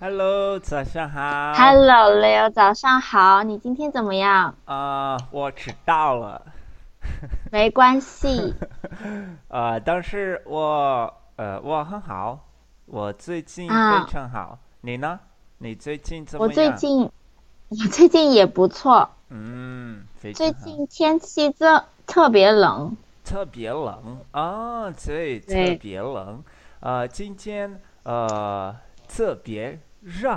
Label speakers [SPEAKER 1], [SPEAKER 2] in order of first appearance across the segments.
[SPEAKER 1] Hello，早上好。
[SPEAKER 2] Hello Leo，早上好，你今天怎么样？
[SPEAKER 1] 啊、我迟到了。
[SPEAKER 2] 没 关系，
[SPEAKER 1] 呃，但是我呃我很好，我最近
[SPEAKER 2] 啊
[SPEAKER 1] 非常好。你呢？你最近怎么
[SPEAKER 2] 我
[SPEAKER 1] 样？
[SPEAKER 2] 最近我最近也 不错，
[SPEAKER 1] 嗯，非常
[SPEAKER 2] 最
[SPEAKER 1] 好。
[SPEAKER 2] 近天气这特别冷，
[SPEAKER 1] 特别冷啊，对，特
[SPEAKER 2] 对
[SPEAKER 1] 别冷。呃，今天呃特别热，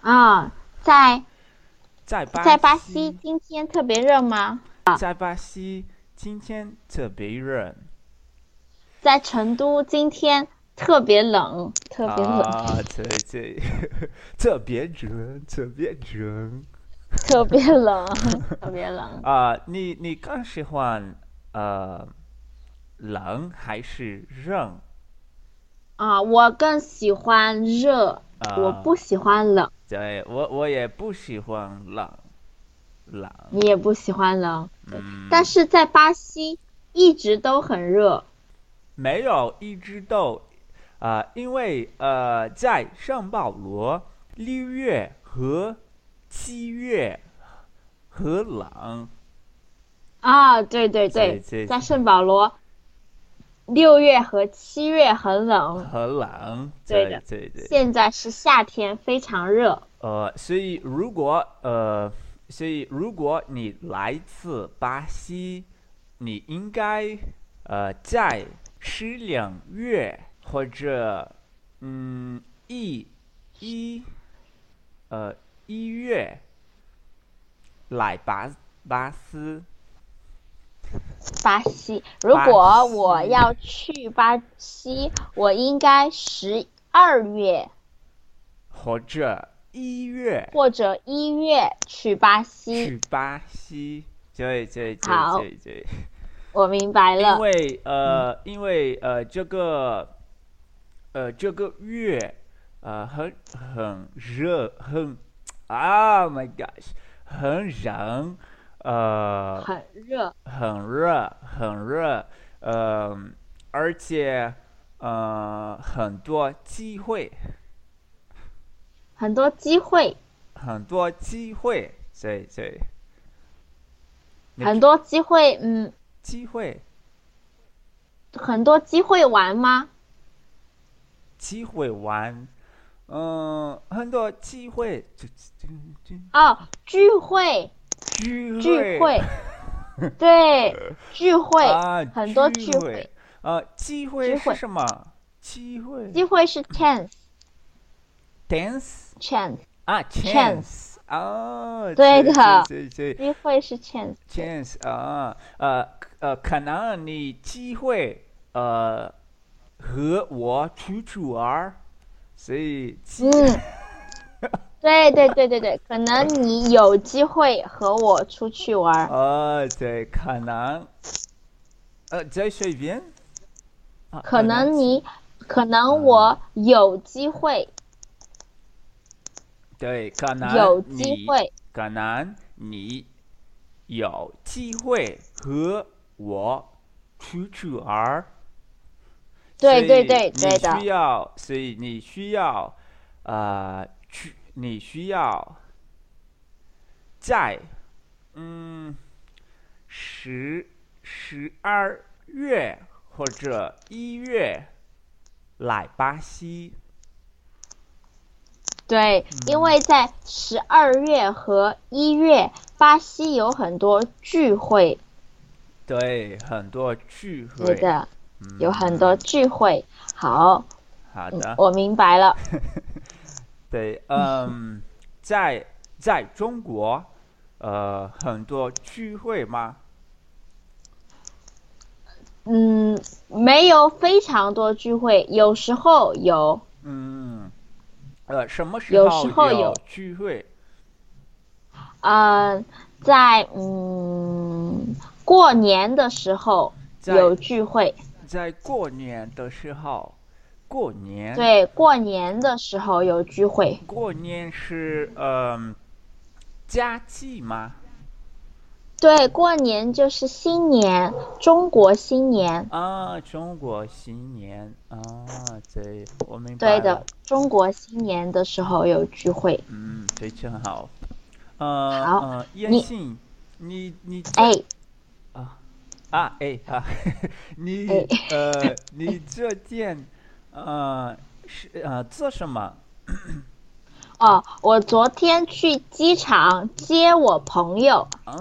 [SPEAKER 2] 啊、在
[SPEAKER 1] 在巴
[SPEAKER 2] 在巴西
[SPEAKER 1] 西，
[SPEAKER 2] 啊
[SPEAKER 1] 啊
[SPEAKER 2] 今天特别热吗？
[SPEAKER 1] 在巴西今天特别热。
[SPEAKER 2] 在成都今天特别冷，特别冷，
[SPEAKER 1] 啊，对对， 特别热，特别热。
[SPEAKER 2] 特别 冷，特别冷。
[SPEAKER 1] 啊，你你更喜欢呃冷还是热？
[SPEAKER 2] 啊、我更喜欢热，
[SPEAKER 1] 啊，
[SPEAKER 2] 我不喜欢冷，
[SPEAKER 1] 对我我也不喜欢冷，冷，
[SPEAKER 2] 你也不喜欢冷，
[SPEAKER 1] 嗯，
[SPEAKER 2] 但是在巴西一直都很热。
[SPEAKER 1] 没有一直都啊、因为呃，在圣保罗六月和七月很冷，
[SPEAKER 2] 啊，对对
[SPEAKER 1] 对
[SPEAKER 2] 对，
[SPEAKER 1] 对
[SPEAKER 2] 在圣保罗，六月和七月很冷，
[SPEAKER 1] 很冷，
[SPEAKER 2] 哦对
[SPEAKER 1] 对
[SPEAKER 2] 的
[SPEAKER 1] 对对。
[SPEAKER 2] 现在是夏天，非常热。
[SPEAKER 1] 呃，所以如果呃，所以如果你来自巴西，你应该呃在十两月或者嗯一一呃一月来巴巴斯
[SPEAKER 2] 巴西，如
[SPEAKER 1] 巴
[SPEAKER 2] 果
[SPEAKER 1] 西
[SPEAKER 2] 我要去巴西，我应该十二月
[SPEAKER 1] 或者一月
[SPEAKER 2] 或者一月去巴西。
[SPEAKER 1] 去巴西。对对对
[SPEAKER 2] 嗯好
[SPEAKER 1] 对对。
[SPEAKER 2] 我明白
[SPEAKER 1] 因
[SPEAKER 2] 了，
[SPEAKER 1] 为
[SPEAKER 2] 嗯
[SPEAKER 1] 呃，因为呃，这个呃，这个月呃，很很热，很啊、my gosh，很冷，呃，
[SPEAKER 2] 很热。
[SPEAKER 1] 很热，很热，呃，而且呃，很多机会，
[SPEAKER 2] 很多机会，
[SPEAKER 1] 很多机会，对对，你
[SPEAKER 2] 很多机会，嗯，
[SPEAKER 1] 机会，
[SPEAKER 2] 很多机会玩吗？
[SPEAKER 1] 机会玩，嗯、很多机会，就就就
[SPEAKER 2] 哦，聚会，
[SPEAKER 1] 聚
[SPEAKER 2] 聚会， 对，聚会，
[SPEAKER 1] 啊，
[SPEAKER 2] 很多
[SPEAKER 1] 聚
[SPEAKER 2] 聚
[SPEAKER 1] 会
[SPEAKER 2] 会。
[SPEAKER 1] 呃，机会
[SPEAKER 2] 聚
[SPEAKER 1] 是
[SPEAKER 2] 会
[SPEAKER 1] 什么？机会
[SPEAKER 2] 机会是 chance。
[SPEAKER 1] dance
[SPEAKER 2] chance，
[SPEAKER 1] 啊
[SPEAKER 2] chance
[SPEAKER 1] ，chance 哦，
[SPEAKER 2] 对的
[SPEAKER 1] 对对对
[SPEAKER 2] 机会是 chance，
[SPEAKER 1] ，chance 啊，呃呃，可能你机会呃和我出去玩儿，所以机
[SPEAKER 2] 嗯，对对对对对，可能你有机会和我出去玩儿，
[SPEAKER 1] 呃对，可能呃在水边，啊
[SPEAKER 2] 可能
[SPEAKER 1] 机
[SPEAKER 2] 你，可能我有机会，
[SPEAKER 1] 对，可能
[SPEAKER 2] 有机
[SPEAKER 1] 你
[SPEAKER 2] 会，
[SPEAKER 1] 可能你有机会和我出去玩儿。
[SPEAKER 2] 对对
[SPEAKER 1] 所以
[SPEAKER 2] 对对
[SPEAKER 1] 你需
[SPEAKER 2] 的，
[SPEAKER 1] 要，所以你需要，呃，去，你需要在，嗯，十十二月或者一月来巴西。嗯
[SPEAKER 2] 对，因为在十二月和一月，巴西有很多聚会，
[SPEAKER 1] 对，很多聚
[SPEAKER 2] 对
[SPEAKER 1] 会。
[SPEAKER 2] 的，有很
[SPEAKER 1] 嗯
[SPEAKER 2] 多聚会。好，
[SPEAKER 1] 好
[SPEAKER 2] 嗯
[SPEAKER 1] 的。
[SPEAKER 2] 我明白了。
[SPEAKER 1] 对，嗯，在在中国，呃，很多聚会吗？
[SPEAKER 2] 嗯，没有非常多聚会，有时候有，
[SPEAKER 1] 嗯，呃，什么时
[SPEAKER 2] 有
[SPEAKER 1] 候
[SPEAKER 2] 时候有
[SPEAKER 1] 聚会？
[SPEAKER 2] 呃，在嗯过年的时候
[SPEAKER 1] 在
[SPEAKER 2] 有聚会，
[SPEAKER 1] 在过年的时候，过年，
[SPEAKER 2] 对，过年的时候有聚会，
[SPEAKER 1] 过年是嗯、呃、佳季吗？
[SPEAKER 2] 对，过年就是新年，中国新年。
[SPEAKER 1] 啊，中国新年啊，对，我明白
[SPEAKER 2] 对
[SPEAKER 1] 了
[SPEAKER 2] 的，，中国新年的时候有聚会。
[SPEAKER 1] 嗯，对，这很好。呃
[SPEAKER 2] 好
[SPEAKER 1] 呃，燕
[SPEAKER 2] 你
[SPEAKER 1] 信，你你
[SPEAKER 2] 哎，
[SPEAKER 1] 啊啊哎啊，你
[SPEAKER 2] 哎
[SPEAKER 1] 呃你这件呃是呃做什么？
[SPEAKER 2] 哦，我昨天去机场接我朋友。
[SPEAKER 1] 啊，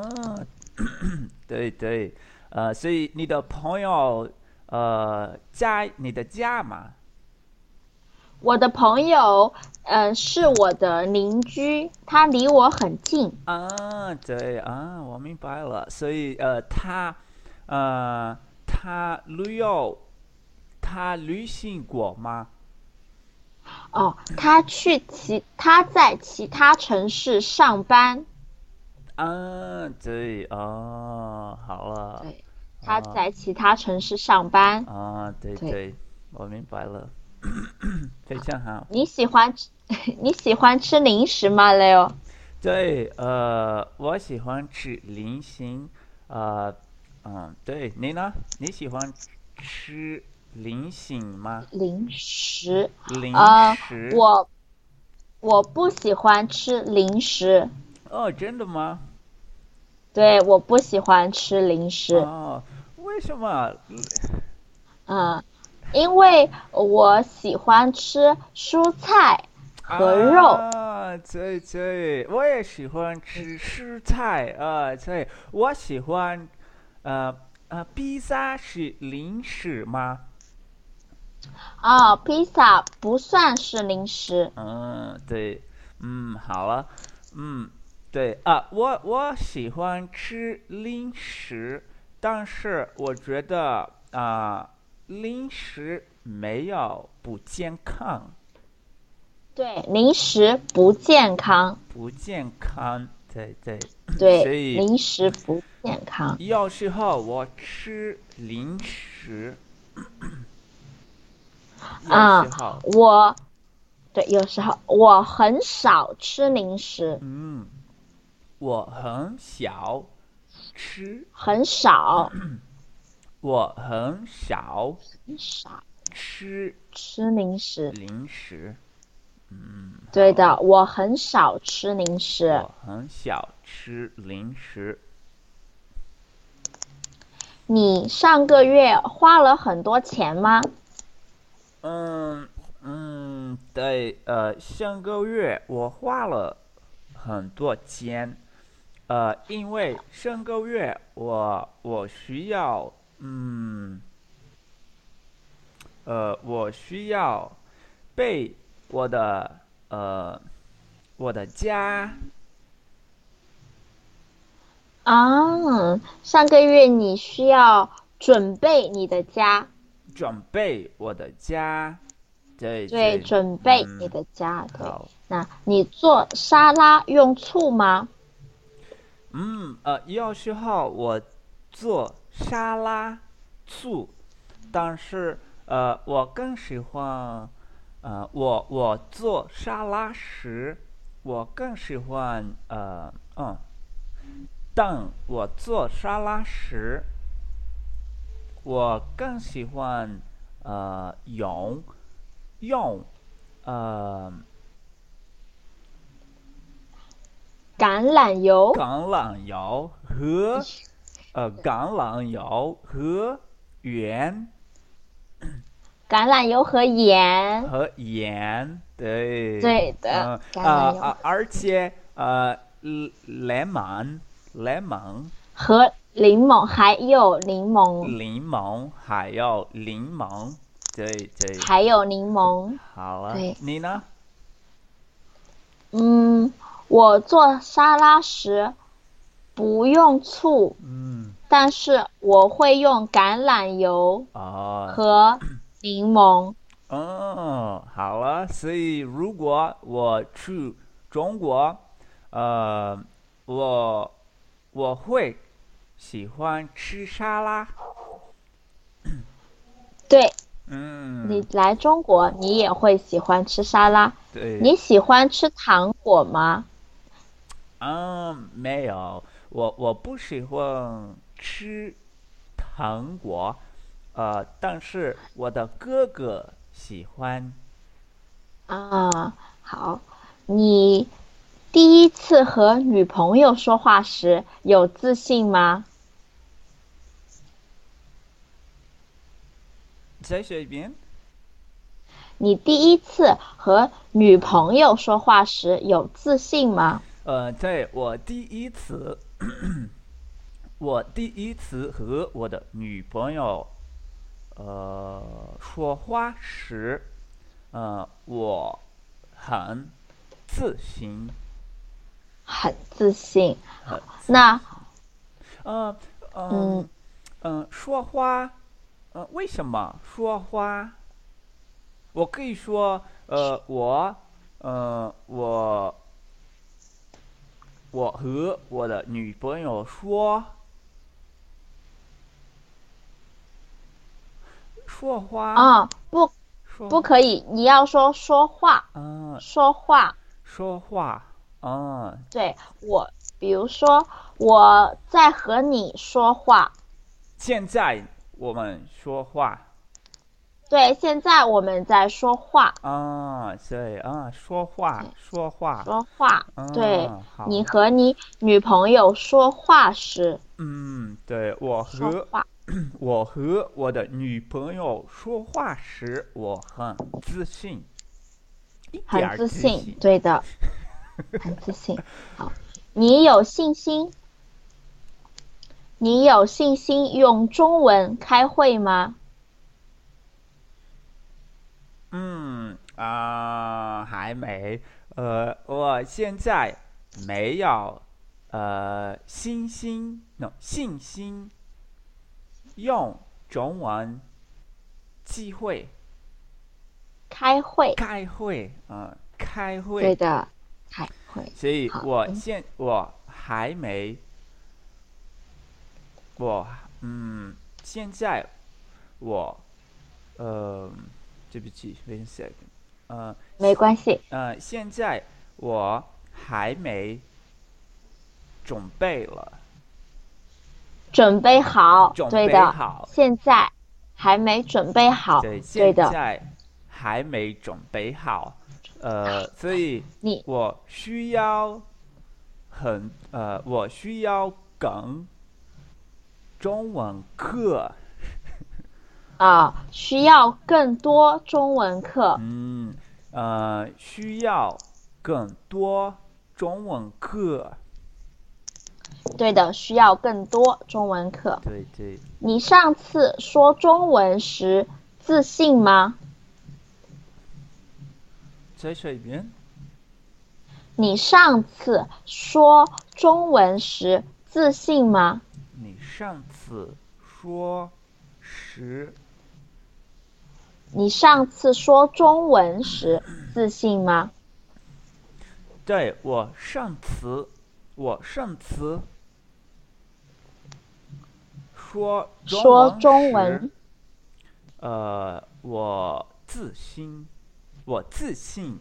[SPEAKER 1] 对对，呃，所以你的朋友呃家你的家嘛，
[SPEAKER 2] 我的朋友，呃，是我的邻居，他离我很近。
[SPEAKER 1] 啊，对啊，我明白了。所以呃，他呃他旅游他旅行过吗？
[SPEAKER 2] 哦，他去其他在其他城市上班。
[SPEAKER 1] 啊，对哦，好了
[SPEAKER 2] 对，他
[SPEAKER 1] 啊
[SPEAKER 2] 在其他城市上班。
[SPEAKER 1] 啊，对
[SPEAKER 2] 对
[SPEAKER 1] 对，我明白了， 非常好。
[SPEAKER 2] 你喜欢吃 你喜欢吃零食吗，Leo？
[SPEAKER 1] 对，呃，我喜欢吃菱形，呃，嗯，对，你呢？你喜欢吃菱形吗？
[SPEAKER 2] 零食，
[SPEAKER 1] 零
[SPEAKER 2] 啊
[SPEAKER 1] 食？
[SPEAKER 2] 我我不喜欢吃零食，
[SPEAKER 1] 哦，真的吗？
[SPEAKER 2] 对，我不喜欢吃零食，
[SPEAKER 1] 哦，为什么？
[SPEAKER 2] 嗯，因为我喜欢吃蔬菜和肉。
[SPEAKER 1] 啊，对对，我也喜欢吃蔬菜啊，对，我喜欢，呃呃，披萨是零食吗？
[SPEAKER 2] 啊、披萨不算是零食。
[SPEAKER 1] 嗯，对，嗯，好了，嗯，对啊，我我喜欢吃零食，但是我觉得啊、零食没有不健康，
[SPEAKER 2] 对，零食不健康。
[SPEAKER 1] 不健康，对对。
[SPEAKER 2] 对，
[SPEAKER 1] 所以
[SPEAKER 2] 零食不健康。
[SPEAKER 1] 有时候我吃零食，有
[SPEAKER 2] 啊
[SPEAKER 1] 时候，
[SPEAKER 2] 我，对，有时候我很少吃零食，
[SPEAKER 1] 嗯，我很少吃，
[SPEAKER 2] 很少，
[SPEAKER 1] 我很少
[SPEAKER 2] 很少
[SPEAKER 1] 吃
[SPEAKER 2] 吃零食。
[SPEAKER 1] 零食，
[SPEAKER 2] 对的，我很少吃零食。
[SPEAKER 1] 我很少吃零食。
[SPEAKER 2] 你上个月花了很多钱吗？
[SPEAKER 1] 嗯嗯，对，呃，上个月我花了很多钱，呃，因为上个月我我需要，嗯，呃，我需要被我的呃我的家，
[SPEAKER 2] 啊，上个月你需要准备你的家，
[SPEAKER 1] 准备我的家，对
[SPEAKER 2] 对，
[SPEAKER 1] 对，
[SPEAKER 2] 准备
[SPEAKER 1] 嗯
[SPEAKER 2] 你的家，对。
[SPEAKER 1] 好。
[SPEAKER 2] 那你做沙拉用醋吗？
[SPEAKER 1] 嗯，呃，有时候我做沙拉醋，但是呃，我更喜欢，呃，我我做沙拉时，我更喜欢呃，嗯，但我做沙拉时，我更喜欢呃用用呃
[SPEAKER 2] 橄榄油、
[SPEAKER 1] 橄榄油和呃橄榄油和盐
[SPEAKER 2] 橄榄油和盐，
[SPEAKER 1] 和盐，对
[SPEAKER 2] 对的
[SPEAKER 1] 嗯
[SPEAKER 2] 橄
[SPEAKER 1] 啊
[SPEAKER 2] 榄油
[SPEAKER 1] 啊，而且呃，lemon lemon
[SPEAKER 2] 和柠檬，还有柠檬，
[SPEAKER 1] 柠檬还有柠檬，对对，
[SPEAKER 2] 还有柠檬。
[SPEAKER 1] 好了
[SPEAKER 2] 对，
[SPEAKER 1] 你呢？
[SPEAKER 2] 嗯，我做沙拉时不用醋，
[SPEAKER 1] 嗯，
[SPEAKER 2] 但是我会用橄榄油
[SPEAKER 1] 哦，
[SPEAKER 2] 和柠檬。
[SPEAKER 1] 哦，好了，所以如果我去中国，呃，我我会喜欢吃沙拉。
[SPEAKER 2] 对，你
[SPEAKER 1] 嗯，
[SPEAKER 2] 来中国，你也会喜欢吃沙拉。
[SPEAKER 1] 对，
[SPEAKER 2] 你喜欢吃糖果吗？
[SPEAKER 1] 嗯，没有，我我不喜欢吃糖果，呃，但是我的哥哥喜欢。
[SPEAKER 2] 啊，好，你第一次和女朋友说话时有自信吗？
[SPEAKER 1] 再说一遍，
[SPEAKER 2] 你第一次和女朋友说话时有自信吗？
[SPEAKER 1] 呃，在我第一次， 我第一次和我的女朋友，呃，说话时，呃，我很自信。
[SPEAKER 2] 很自信。
[SPEAKER 1] 很
[SPEAKER 2] 那
[SPEAKER 1] 呃，嗯
[SPEAKER 2] 嗯，
[SPEAKER 1] 嗯，说话，呃，为什么说话？我可以说，呃，我，呃，我，我和我的女朋友说，说话，
[SPEAKER 2] 啊、不
[SPEAKER 1] 说，
[SPEAKER 2] 不可以，你要说说话，
[SPEAKER 1] 嗯、
[SPEAKER 2] 说话。
[SPEAKER 1] 说话，嗯，
[SPEAKER 2] 对我，比如说我在和你说话。
[SPEAKER 1] 现在我们说话，
[SPEAKER 2] 对，现在我们在说话，
[SPEAKER 1] 啊，对，啊，说话，说话，
[SPEAKER 2] 说话。对
[SPEAKER 1] 啊，好
[SPEAKER 2] 你和你女朋友说话时
[SPEAKER 1] 嗯，对，我
[SPEAKER 2] 说
[SPEAKER 1] 和
[SPEAKER 2] 话。
[SPEAKER 1] 我和我的女朋友说话时，我很自信，一点
[SPEAKER 2] 很
[SPEAKER 1] 儿
[SPEAKER 2] 自信
[SPEAKER 1] 信，。
[SPEAKER 2] 对的，很自信。好，你有信心？你有信心用中文开会吗？
[SPEAKER 1] 嗯啊、还没，呃，我现在没有呃信心，no 信心用中文机会
[SPEAKER 2] 开会，
[SPEAKER 1] 开会，嗯、开会。
[SPEAKER 2] 对的，开会。
[SPEAKER 1] 所以
[SPEAKER 2] 好
[SPEAKER 1] 我
[SPEAKER 2] 嗯
[SPEAKER 1] 现我还没，我嗯，现在我，呃，对不起，wait a second，呃
[SPEAKER 2] 没关系，
[SPEAKER 1] 呃，现在我还没准备了，
[SPEAKER 2] 准备好
[SPEAKER 1] 准，
[SPEAKER 2] 对
[SPEAKER 1] 备
[SPEAKER 2] 的。
[SPEAKER 1] 好，
[SPEAKER 2] 现在还没准备好，
[SPEAKER 1] 对，
[SPEAKER 2] 对
[SPEAKER 1] 现
[SPEAKER 2] 的。
[SPEAKER 1] 在还没准备好，呃，所以
[SPEAKER 2] 你
[SPEAKER 1] 我需要很呃，我需要跟中文课，
[SPEAKER 2] 啊、需要更多中文课，
[SPEAKER 1] 嗯呃，需要更多中文课。
[SPEAKER 2] 对的，需要更多中文课。
[SPEAKER 1] 对对，
[SPEAKER 2] 你上次说中文时自信吗？
[SPEAKER 1] 在水边
[SPEAKER 2] 你上次说中文时自信吗？
[SPEAKER 1] 你上次说十
[SPEAKER 2] 你上次说中文时自信吗？
[SPEAKER 1] 对我上次，我上次说中
[SPEAKER 2] 说
[SPEAKER 1] 文
[SPEAKER 2] 中
[SPEAKER 1] 时
[SPEAKER 2] 文，
[SPEAKER 1] 呃，我自信，我自信，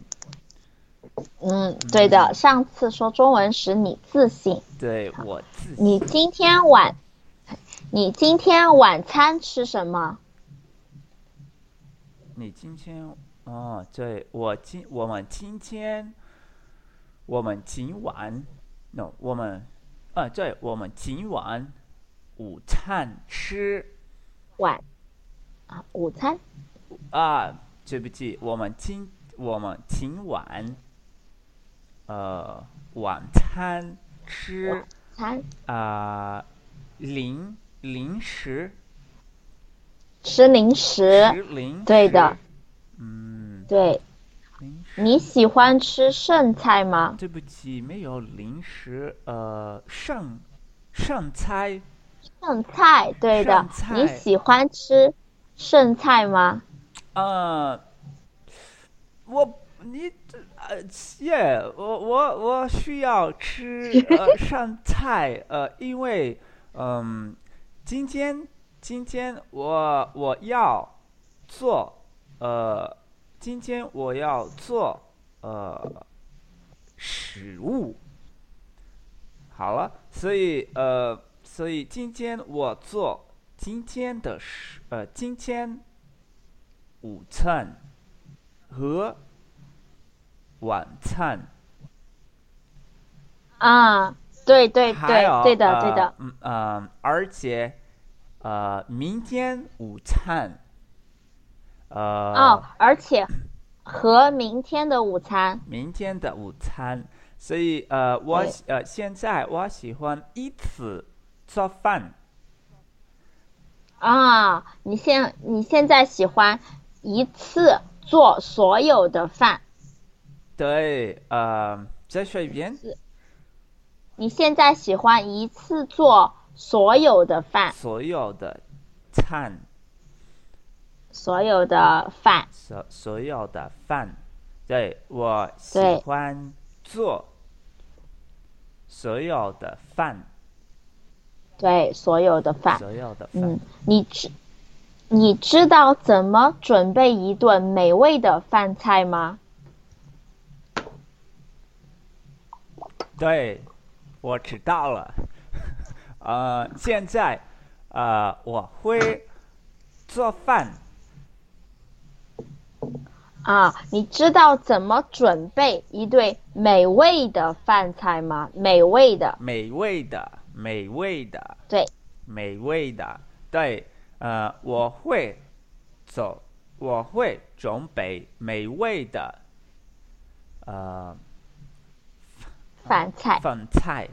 [SPEAKER 2] 嗯，对的，上次说中文时你自信。
[SPEAKER 1] 对我自信。
[SPEAKER 2] 你今天晚，你今天晚餐吃什么？
[SPEAKER 1] 你今天哦，对我今我们今天，我们今晚，no，我们啊，对，我们今晚午餐吃
[SPEAKER 2] 晚啊，午餐
[SPEAKER 1] 啊，对不起，我们今我们今晚呃晚餐吃
[SPEAKER 2] 餐
[SPEAKER 1] 啊、零零食
[SPEAKER 2] 吃零食。
[SPEAKER 1] 吃零
[SPEAKER 2] 对的
[SPEAKER 1] 食，嗯，
[SPEAKER 2] 对，
[SPEAKER 1] 零食。
[SPEAKER 2] 你喜欢吃剩菜吗？
[SPEAKER 1] 对不起，没有零食，呃，上上菜
[SPEAKER 2] 剩菜，对的
[SPEAKER 1] 剩。菜
[SPEAKER 2] 你喜欢吃剩菜吗？
[SPEAKER 1] 呃，我你这呃耶我我我需要吃呃上菜呃，因为嗯、今天今天我我要做呃，今天我要做呃食物，好了，所以呃，所以今天我做今天的食呃今天午餐和晚餐，
[SPEAKER 2] 啊，对对
[SPEAKER 1] 还有
[SPEAKER 2] 对，对的对
[SPEAKER 1] 呃
[SPEAKER 2] 的，
[SPEAKER 1] 嗯呃，而且呃明天午餐，呃
[SPEAKER 2] 哦，而且和明天的午餐，
[SPEAKER 1] 明天的午餐，所以呃，我喜呃现在我喜欢一起做饭，
[SPEAKER 2] 啊，你现你现在喜欢一次做所有的饭，
[SPEAKER 1] 对，呃，在水边
[SPEAKER 2] 你现在喜欢一次做所有的饭，
[SPEAKER 1] 所有的餐，
[SPEAKER 2] 所有的饭，
[SPEAKER 1] 所所有的饭，对我喜
[SPEAKER 2] 对
[SPEAKER 1] 欢做所有的饭，
[SPEAKER 2] 对，所有的饭。
[SPEAKER 1] 所有的饭，
[SPEAKER 2] 嗯，你知你知道怎么准备一顿美味的饭菜吗？
[SPEAKER 1] 对，我知道了， 呃，现在呃我会做饭。
[SPEAKER 2] 啊，你知道怎么准备一顿美味的饭菜吗？美味的，
[SPEAKER 1] 美味的，美味的，
[SPEAKER 2] 对，
[SPEAKER 1] 美味的，对，呃，我会走，我会准备美味的，呃，
[SPEAKER 2] 饭菜，
[SPEAKER 1] 饭菜，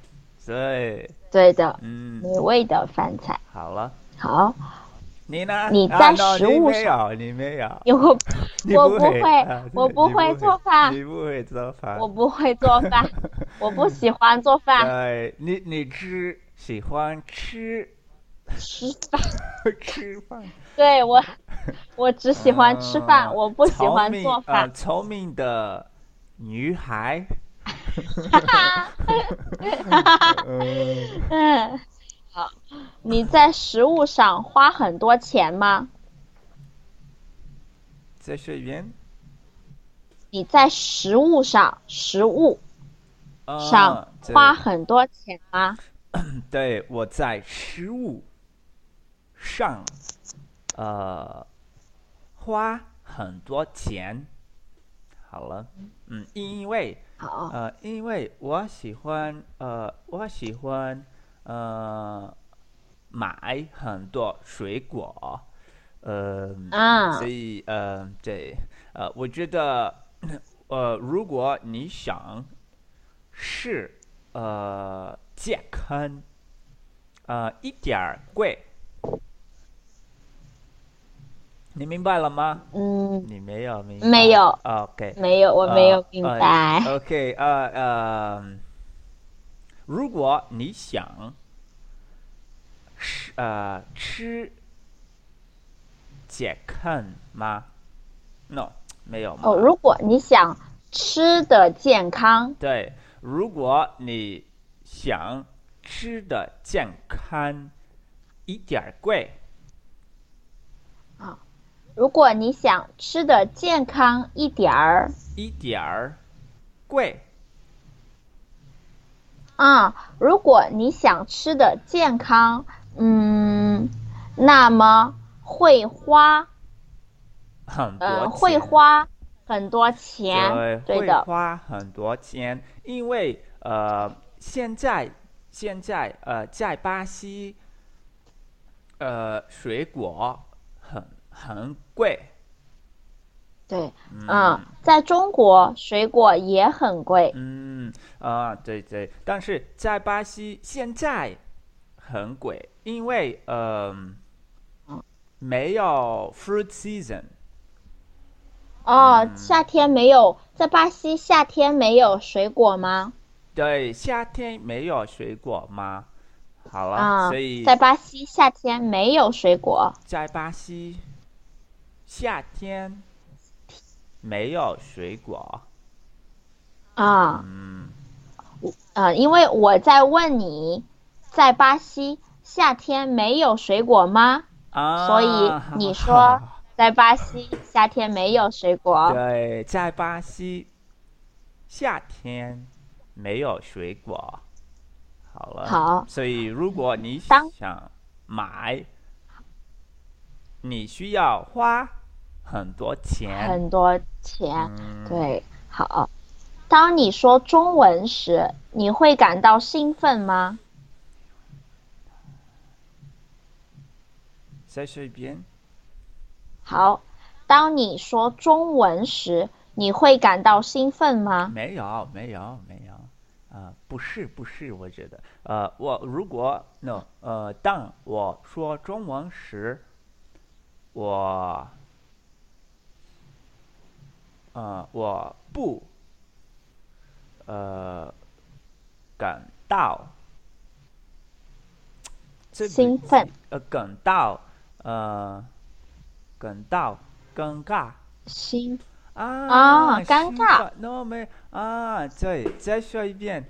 [SPEAKER 1] 对，
[SPEAKER 2] 对的，
[SPEAKER 1] 嗯
[SPEAKER 2] 美，味的饭菜。
[SPEAKER 1] 好了，
[SPEAKER 2] 好，
[SPEAKER 1] 你呢？
[SPEAKER 2] 你
[SPEAKER 1] 啊
[SPEAKER 2] 在
[SPEAKER 1] ，no，
[SPEAKER 2] 食
[SPEAKER 1] 你
[SPEAKER 2] 物
[SPEAKER 1] 没有，你没有，
[SPEAKER 2] 因 为我
[SPEAKER 1] 你
[SPEAKER 2] 我
[SPEAKER 1] 不
[SPEAKER 2] 不
[SPEAKER 1] 会，
[SPEAKER 2] 会
[SPEAKER 1] 啊
[SPEAKER 2] 我
[SPEAKER 1] 对
[SPEAKER 2] 不
[SPEAKER 1] 你
[SPEAKER 2] 会做饭
[SPEAKER 1] 你不会做饭，
[SPEAKER 2] 我不会做 饭，我不喜欢做饭，
[SPEAKER 1] 对，你你吃喜欢吃
[SPEAKER 2] 吃饭，
[SPEAKER 1] 吃饭。
[SPEAKER 2] 对我我只喜欢吃饭，
[SPEAKER 1] 呃
[SPEAKER 2] 我不喜
[SPEAKER 1] 聪
[SPEAKER 2] 欢做
[SPEAKER 1] 明呃
[SPEAKER 2] 饭。
[SPEAKER 1] 聪明的女孩，
[SPEAKER 2] 嗯， 好，你在食物上花很多钱吗？
[SPEAKER 1] 在学员
[SPEAKER 2] 你在食物上，食物
[SPEAKER 1] 呃
[SPEAKER 2] 上
[SPEAKER 1] 对
[SPEAKER 2] 花很多钱吗？
[SPEAKER 1] 对我在食物上，呃，花很多钱。好了，嗯，因为
[SPEAKER 2] 好，
[SPEAKER 1] 呃，因为我喜欢呃，我喜欢呃，买很多水果，呃，
[SPEAKER 2] 啊
[SPEAKER 1] 所以呃，对，呃，我觉得呃，如果你想是呃健康，呃，一点儿贵，你明白了吗？
[SPEAKER 2] 嗯，
[SPEAKER 1] 你没有明白？啊
[SPEAKER 2] 没有
[SPEAKER 1] OK，
[SPEAKER 2] 没有，我没有明白。
[SPEAKER 1] 啊呃、OK，呃呃，如果你想吃呃吃解看吗？No，没有吗？
[SPEAKER 2] 哦，如果你想吃的健康，
[SPEAKER 1] 对，如果你想吃的健康一点儿贵，
[SPEAKER 2] 如果你想吃的健康一点儿，
[SPEAKER 1] 一点儿贵，
[SPEAKER 2] 啊，如果你想吃的健康，嗯，那么会花，
[SPEAKER 1] 很多
[SPEAKER 2] 呃，会
[SPEAKER 1] 钱
[SPEAKER 2] 花很多钱，
[SPEAKER 1] 对，
[SPEAKER 2] 对
[SPEAKER 1] 会
[SPEAKER 2] 的，
[SPEAKER 1] 花很多钱，因为呃，现在现在呃，在巴西，呃，水果很很贵，
[SPEAKER 2] 对，
[SPEAKER 1] 嗯
[SPEAKER 2] 嗯，在中国水果也很贵，
[SPEAKER 1] 嗯啊，对对，但是在巴西现在很贵，因为呃，没有 fruit season，嗯
[SPEAKER 2] 哦，夏天没有，在巴西夏天没有水果吗？
[SPEAKER 1] 对，夏天没有水果吗？好了，
[SPEAKER 2] 啊
[SPEAKER 1] 所以，
[SPEAKER 2] 在巴西夏天没有水果，
[SPEAKER 1] 在巴西，夏天没有水果。
[SPEAKER 2] 啊，
[SPEAKER 1] 嗯，
[SPEAKER 2] 呃，因为我在问你，在巴西夏天没有水果吗？
[SPEAKER 1] 啊，
[SPEAKER 2] 所以 你说在巴西夏天没有水果，
[SPEAKER 1] 对，在巴西夏天没有水果。好了，
[SPEAKER 2] 好
[SPEAKER 1] 所以如果你
[SPEAKER 2] 当
[SPEAKER 1] 想买，你需要花很多钱。
[SPEAKER 2] 很多钱。
[SPEAKER 1] 啊嗯，
[SPEAKER 2] 对，好。当你说中文时，你会感到兴奋吗？
[SPEAKER 1] 再说一遍。
[SPEAKER 2] 好，当你说中文时，你会感到兴奋吗？
[SPEAKER 1] 没有，没有，没有，呃，不是，不是，我觉得，呃，我如果 no，呃，当我说中文时，我，呃，我不，呃，感到这个
[SPEAKER 2] 兴奋
[SPEAKER 1] 字，呃，感到，呃，感到尴尬。
[SPEAKER 2] 兴
[SPEAKER 1] 啊
[SPEAKER 2] 啊尴
[SPEAKER 1] 兴
[SPEAKER 2] 尬
[SPEAKER 1] 奋，no 没啊，对，再说一遍，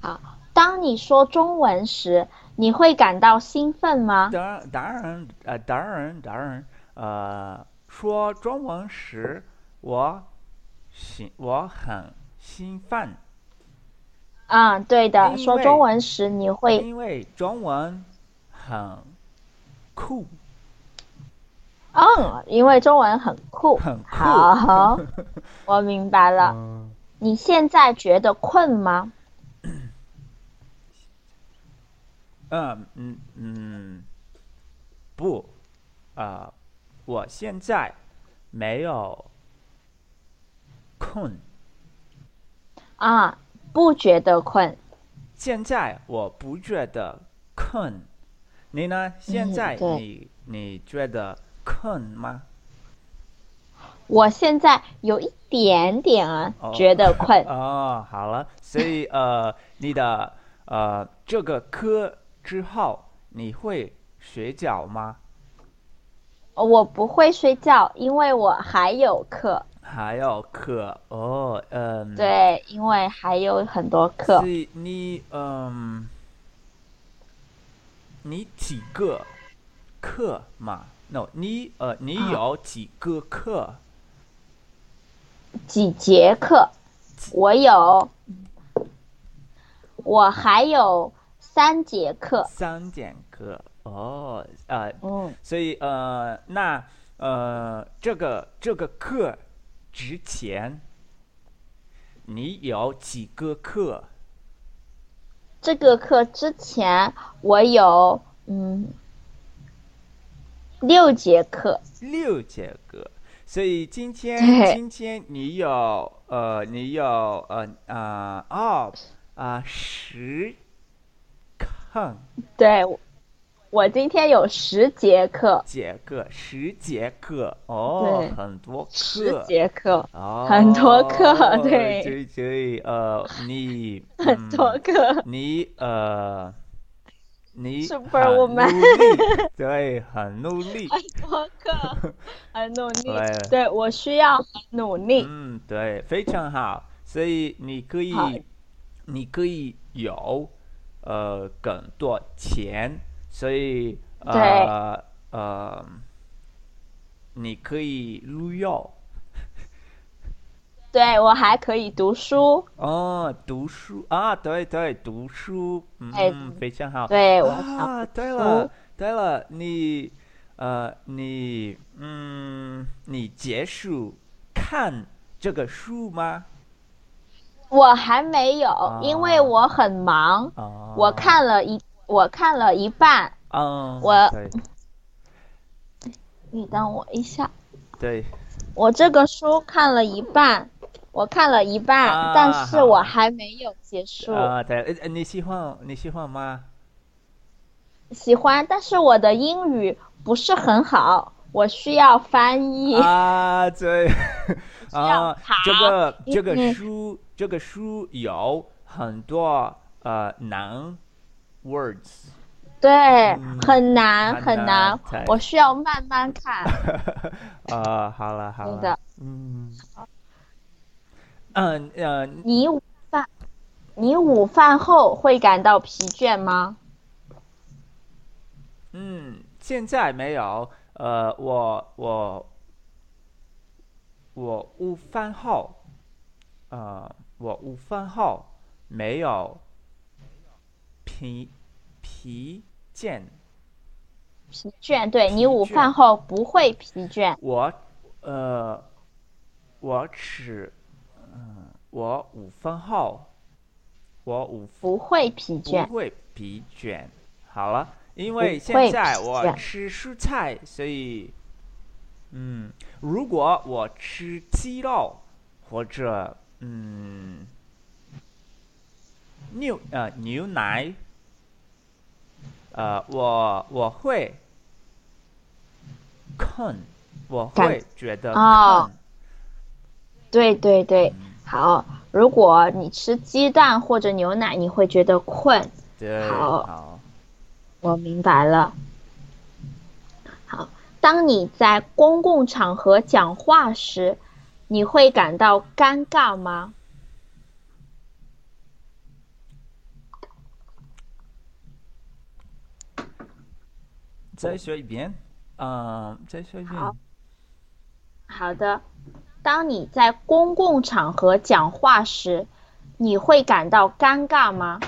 [SPEAKER 2] 好，当你说中文时，你会感到兴奋吗？
[SPEAKER 1] 当然当然呃当然当然呃，说中文时我兴我很兴奋，
[SPEAKER 2] 啊，对的，
[SPEAKER 1] 因
[SPEAKER 2] 说
[SPEAKER 1] 为
[SPEAKER 2] 中文时你会
[SPEAKER 1] 因为中文很酷，
[SPEAKER 2] 嗯，因为中文很酷。
[SPEAKER 1] 很酷
[SPEAKER 2] 好，我明白了。
[SPEAKER 1] 嗯，
[SPEAKER 2] 你现在觉得困吗？
[SPEAKER 1] 嗯嗯嗯，不，啊、我现在没有困。
[SPEAKER 2] 啊，不觉得困。
[SPEAKER 1] 现在我不觉得困，你呢？现在
[SPEAKER 2] 嗯对
[SPEAKER 1] 你、你觉得困吗？
[SPEAKER 2] 我现在有一点点啊，
[SPEAKER 1] 哦
[SPEAKER 2] 觉得困。
[SPEAKER 1] 哦，好了，所以呃，你的呃这个课之后你会睡觉吗？
[SPEAKER 2] 我不会睡觉，因为我还有课。
[SPEAKER 1] 还有课哦，嗯，，
[SPEAKER 2] 对，因为还有很多课
[SPEAKER 1] 所。以你嗯，你几个课嘛？No，你呃，你
[SPEAKER 2] 啊
[SPEAKER 1] 有几个课？
[SPEAKER 2] 几节课？我有，我还有三节课。
[SPEAKER 1] 三点课哦，呃，
[SPEAKER 2] 嗯，
[SPEAKER 1] 所以呃，那呃，这个这个课之前，你有几个课？
[SPEAKER 2] 这个课之前我有嗯六节课。
[SPEAKER 1] 六节课。所以今天
[SPEAKER 2] 对
[SPEAKER 1] 今天你有呃，你有呃啊、哦啊、十课
[SPEAKER 2] 对，我我今天有十节课，
[SPEAKER 1] 节课，十节课哦
[SPEAKER 2] 对，
[SPEAKER 1] 很多课。
[SPEAKER 2] 十节课，
[SPEAKER 1] 哦，
[SPEAKER 2] 很多课对
[SPEAKER 1] 对对，呃，你
[SPEAKER 2] 很多
[SPEAKER 1] 嗯
[SPEAKER 2] 课。
[SPEAKER 1] 你呃，你
[SPEAKER 2] Superwoman
[SPEAKER 1] 很努 力，对，很努力，
[SPEAKER 2] 很多 课，很努力
[SPEAKER 1] 对。
[SPEAKER 2] 对我需要很努力。
[SPEAKER 1] 嗯，对，非常好，所以你可以
[SPEAKER 2] 好，
[SPEAKER 1] 你可以有呃更多钱，所以呃呃，你可以旅游。
[SPEAKER 2] 对我还可以读书。
[SPEAKER 1] 哦，读书啊，对对，读书，嗯，非常好。
[SPEAKER 2] 哎对我想
[SPEAKER 1] 啊，对了，对了，你，呃，你，嗯，你结束看这个书吗？
[SPEAKER 2] 我还没有
[SPEAKER 1] 啊，
[SPEAKER 2] 因为我很忙。
[SPEAKER 1] 啊，
[SPEAKER 2] 我，看了一，我看了一半。
[SPEAKER 1] 嗯，
[SPEAKER 2] 我
[SPEAKER 1] 对
[SPEAKER 2] 你等我一下，
[SPEAKER 1] 对，
[SPEAKER 2] 我这个书看了一半，我看了一半，
[SPEAKER 1] 啊
[SPEAKER 2] 但是
[SPEAKER 1] 好
[SPEAKER 2] 我还没有结束。
[SPEAKER 1] 啊，对，呃你喜欢你喜欢吗？
[SPEAKER 2] 喜欢，但是我的英语不是很好，我需要翻译。
[SPEAKER 1] 啊，对，
[SPEAKER 2] 要
[SPEAKER 1] 啊，这 个
[SPEAKER 2] 查
[SPEAKER 1] 这个
[SPEAKER 2] 嗯
[SPEAKER 1] 书这个书有很多呃难 words。
[SPEAKER 2] 对，
[SPEAKER 1] 嗯
[SPEAKER 2] 很难
[SPEAKER 1] 很
[SPEAKER 2] 很
[SPEAKER 1] 难
[SPEAKER 2] 难
[SPEAKER 1] 对，
[SPEAKER 2] 我需要慢慢看。
[SPEAKER 1] 啊，好了好
[SPEAKER 2] 对
[SPEAKER 1] 了，
[SPEAKER 2] 的，
[SPEAKER 1] 嗯，嗯嗯
[SPEAKER 2] 你午饭，你午饭后会感到疲倦吗？
[SPEAKER 1] 嗯，现在没有，呃，我我我午饭后，呃，我午饭后没有疲疲倦。
[SPEAKER 2] 疲倦，对
[SPEAKER 1] 疲
[SPEAKER 2] 你午
[SPEAKER 1] 倦
[SPEAKER 2] 饭后不会疲倦。
[SPEAKER 1] 我呃，我吃，嗯、我午饭后，我午
[SPEAKER 2] 不会疲
[SPEAKER 1] 不
[SPEAKER 2] 倦，
[SPEAKER 1] 会疲倦。好了，因为
[SPEAKER 2] 不会
[SPEAKER 1] 现在
[SPEAKER 2] 疲
[SPEAKER 1] 我
[SPEAKER 2] 倦
[SPEAKER 1] 吃蔬菜，所以，嗯，如果我吃鸡肉或者嗯牛呃牛奶，呃，我我会困，我
[SPEAKER 2] 感
[SPEAKER 1] 会觉得
[SPEAKER 2] 哦
[SPEAKER 1] 困。
[SPEAKER 2] 对对对，好。如果你吃鸡蛋或者牛奶，你会觉得困。
[SPEAKER 1] 对，
[SPEAKER 2] 好
[SPEAKER 1] 好
[SPEAKER 2] 我明白了。好，当你在公共场合讲话时，你会感到尴尬吗？
[SPEAKER 1] 再说一遍，嗯、再说一遍。
[SPEAKER 2] 好好的，当你在公共场合讲话时，你会感到尴尬吗？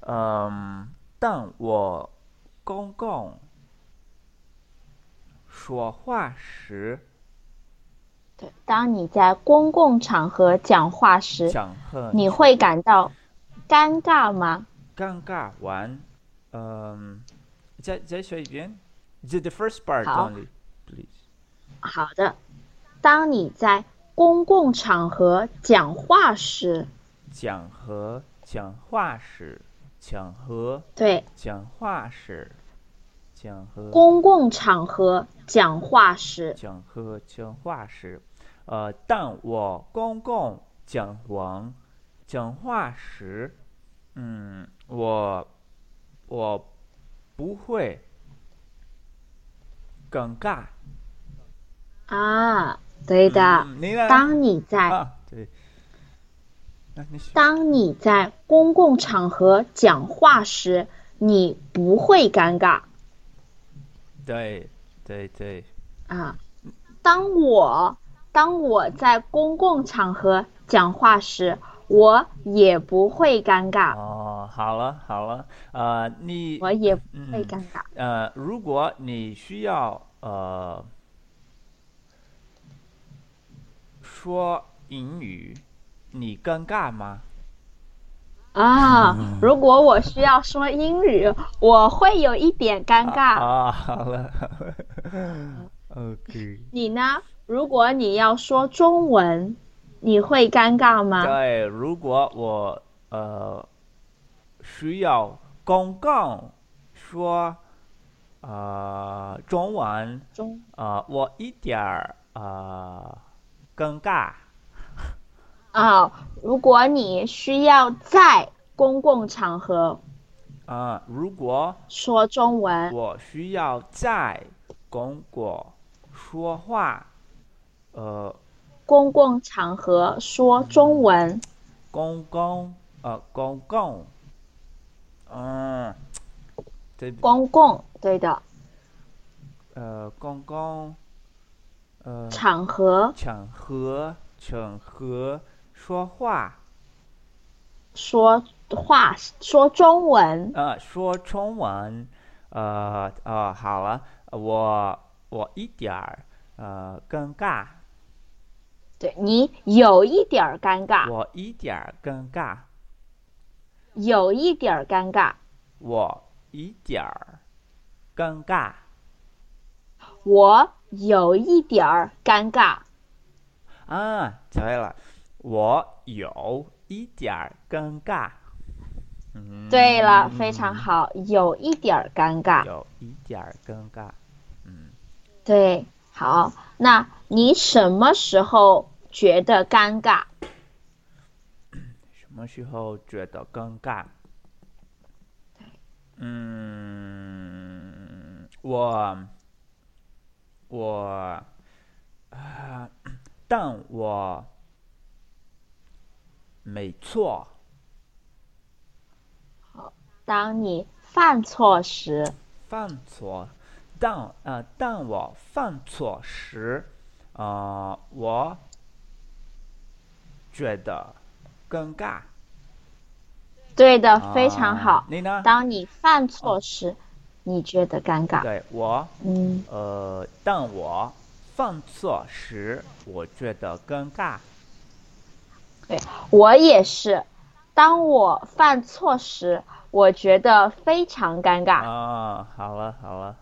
[SPEAKER 1] 嗯，但我公共说话时
[SPEAKER 2] 对，当你在公共场合讲话时，
[SPEAKER 1] 讲很
[SPEAKER 2] 你会感到尴尬吗？
[SPEAKER 1] 尴尬完。嗯，再再说一遍，the the first part
[SPEAKER 2] 好
[SPEAKER 1] only, please。
[SPEAKER 2] 好的，当你在公共场合讲话时，
[SPEAKER 1] 讲和讲话时，讲和
[SPEAKER 2] 对，
[SPEAKER 1] 讲话时，讲和。
[SPEAKER 2] 公共场合讲话时，
[SPEAKER 1] 讲和讲话时，呃，但我公共讲完讲话时，嗯，我我不会尴尬。
[SPEAKER 2] 啊，对的。
[SPEAKER 1] 嗯、你呢？
[SPEAKER 2] 当你在
[SPEAKER 1] 啊，对，那、你选
[SPEAKER 2] 当你在公共场合讲话时，你不会尴尬
[SPEAKER 1] 对对对，
[SPEAKER 2] 啊。当我当我在公共场合讲话时，我也不会尴尬，
[SPEAKER 1] 哦，好了好了，呃，你
[SPEAKER 2] 我也不
[SPEAKER 1] 嗯
[SPEAKER 2] 会尴尬。
[SPEAKER 1] 呃，如果你需要呃说英语，你尴尬吗？
[SPEAKER 2] 啊，如果我需要说英语，我会有一点尴尬。
[SPEAKER 1] 啊，好了，OK。
[SPEAKER 2] 你呢？如果你要说中文，你会尴尬吗？
[SPEAKER 1] 对，如果我呃需要公共说呃中文，
[SPEAKER 2] 中
[SPEAKER 1] 呃，我一点儿呃尴尬。
[SPEAKER 2] 啊，如果你需要在公共场合
[SPEAKER 1] 啊、如果
[SPEAKER 2] 说中文，
[SPEAKER 1] 我需要在公国说话，呃，
[SPEAKER 2] 公共场合说中文，
[SPEAKER 1] 公共呃公共，嗯，对不，
[SPEAKER 2] 公共对的
[SPEAKER 1] 呃公共，呃
[SPEAKER 2] 场合
[SPEAKER 1] 场合场合说话，
[SPEAKER 2] 说话说中文
[SPEAKER 1] 呃说中文，呃呃好了，我我一点儿呃尴尬，
[SPEAKER 2] 对你有一点儿尴尬，
[SPEAKER 1] 我一点儿尴尬，
[SPEAKER 2] 有一点儿尴尬，
[SPEAKER 1] 我一点儿尴尬。
[SPEAKER 2] 我有一点儿尴尬。
[SPEAKER 1] 啊，对了，我有一点儿尴尬。嗯，
[SPEAKER 2] 对了，非常好，有一点儿尴尬。
[SPEAKER 1] 有一点儿尴尬。嗯，
[SPEAKER 2] 对，好，那你什么时候觉得尴尬？
[SPEAKER 1] 什么时候觉得尴尬？嗯，我我啊、但我没错。
[SPEAKER 2] 当你犯错时，
[SPEAKER 1] 犯错，当呃，当我犯错时，呃，我觉得尴尬。
[SPEAKER 2] 对的，非常
[SPEAKER 1] 啊
[SPEAKER 2] 好。
[SPEAKER 1] 你呢？
[SPEAKER 2] 当你犯错时，你觉得尴尬。
[SPEAKER 1] 对我，
[SPEAKER 2] 嗯，
[SPEAKER 1] 呃，当我犯错时，我觉得尴尬。
[SPEAKER 2] 我也是。当我犯错时，我觉得非常尴尬。
[SPEAKER 1] 啊，好了好了，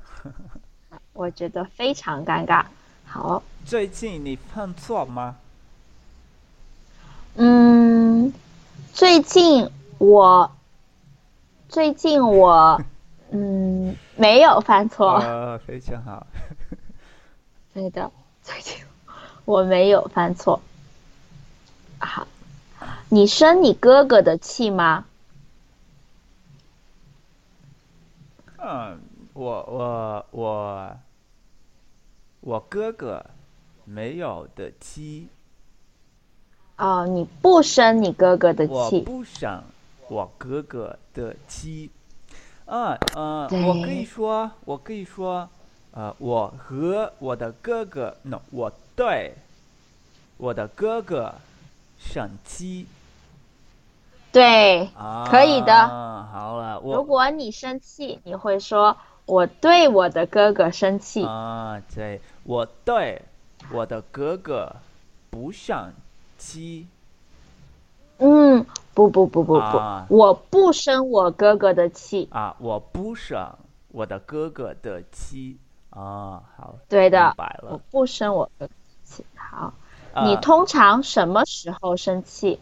[SPEAKER 2] 我觉得非常尴尬。好，
[SPEAKER 1] 最近你犯错吗？
[SPEAKER 2] 嗯，最近我，最近 我，嗯，没有犯错。
[SPEAKER 1] 呃，非常好。
[SPEAKER 2] 对的，最近我没有犯错。好，你生你哥哥的气吗？
[SPEAKER 1] 嗯，我我我我哥哥没有的鸡，
[SPEAKER 2] 哦，你不生你哥哥的
[SPEAKER 1] 我
[SPEAKER 2] 气。
[SPEAKER 1] 不想我哥哥的鸡。啊呃，
[SPEAKER 2] 对
[SPEAKER 1] 我可以说，我可以说，呃，我和我的哥哥，no，我对我的哥哥上鸡
[SPEAKER 2] 对，
[SPEAKER 1] 啊，
[SPEAKER 2] 可以的
[SPEAKER 1] 好了，我
[SPEAKER 2] 如果你生气，你会说“我对我的哥哥生气
[SPEAKER 1] 啊，对，我对我的哥哥不上鸡。”。
[SPEAKER 2] 嗯，不不不不不，
[SPEAKER 1] 啊
[SPEAKER 2] 我不生我哥哥的气。
[SPEAKER 1] 啊，我不想我的哥哥的鸡啊，好，
[SPEAKER 2] 对的
[SPEAKER 1] 明白
[SPEAKER 2] 我
[SPEAKER 1] 了。
[SPEAKER 2] 不生我哥哥的气。好，
[SPEAKER 1] 啊
[SPEAKER 2] 你通常什么时候生气？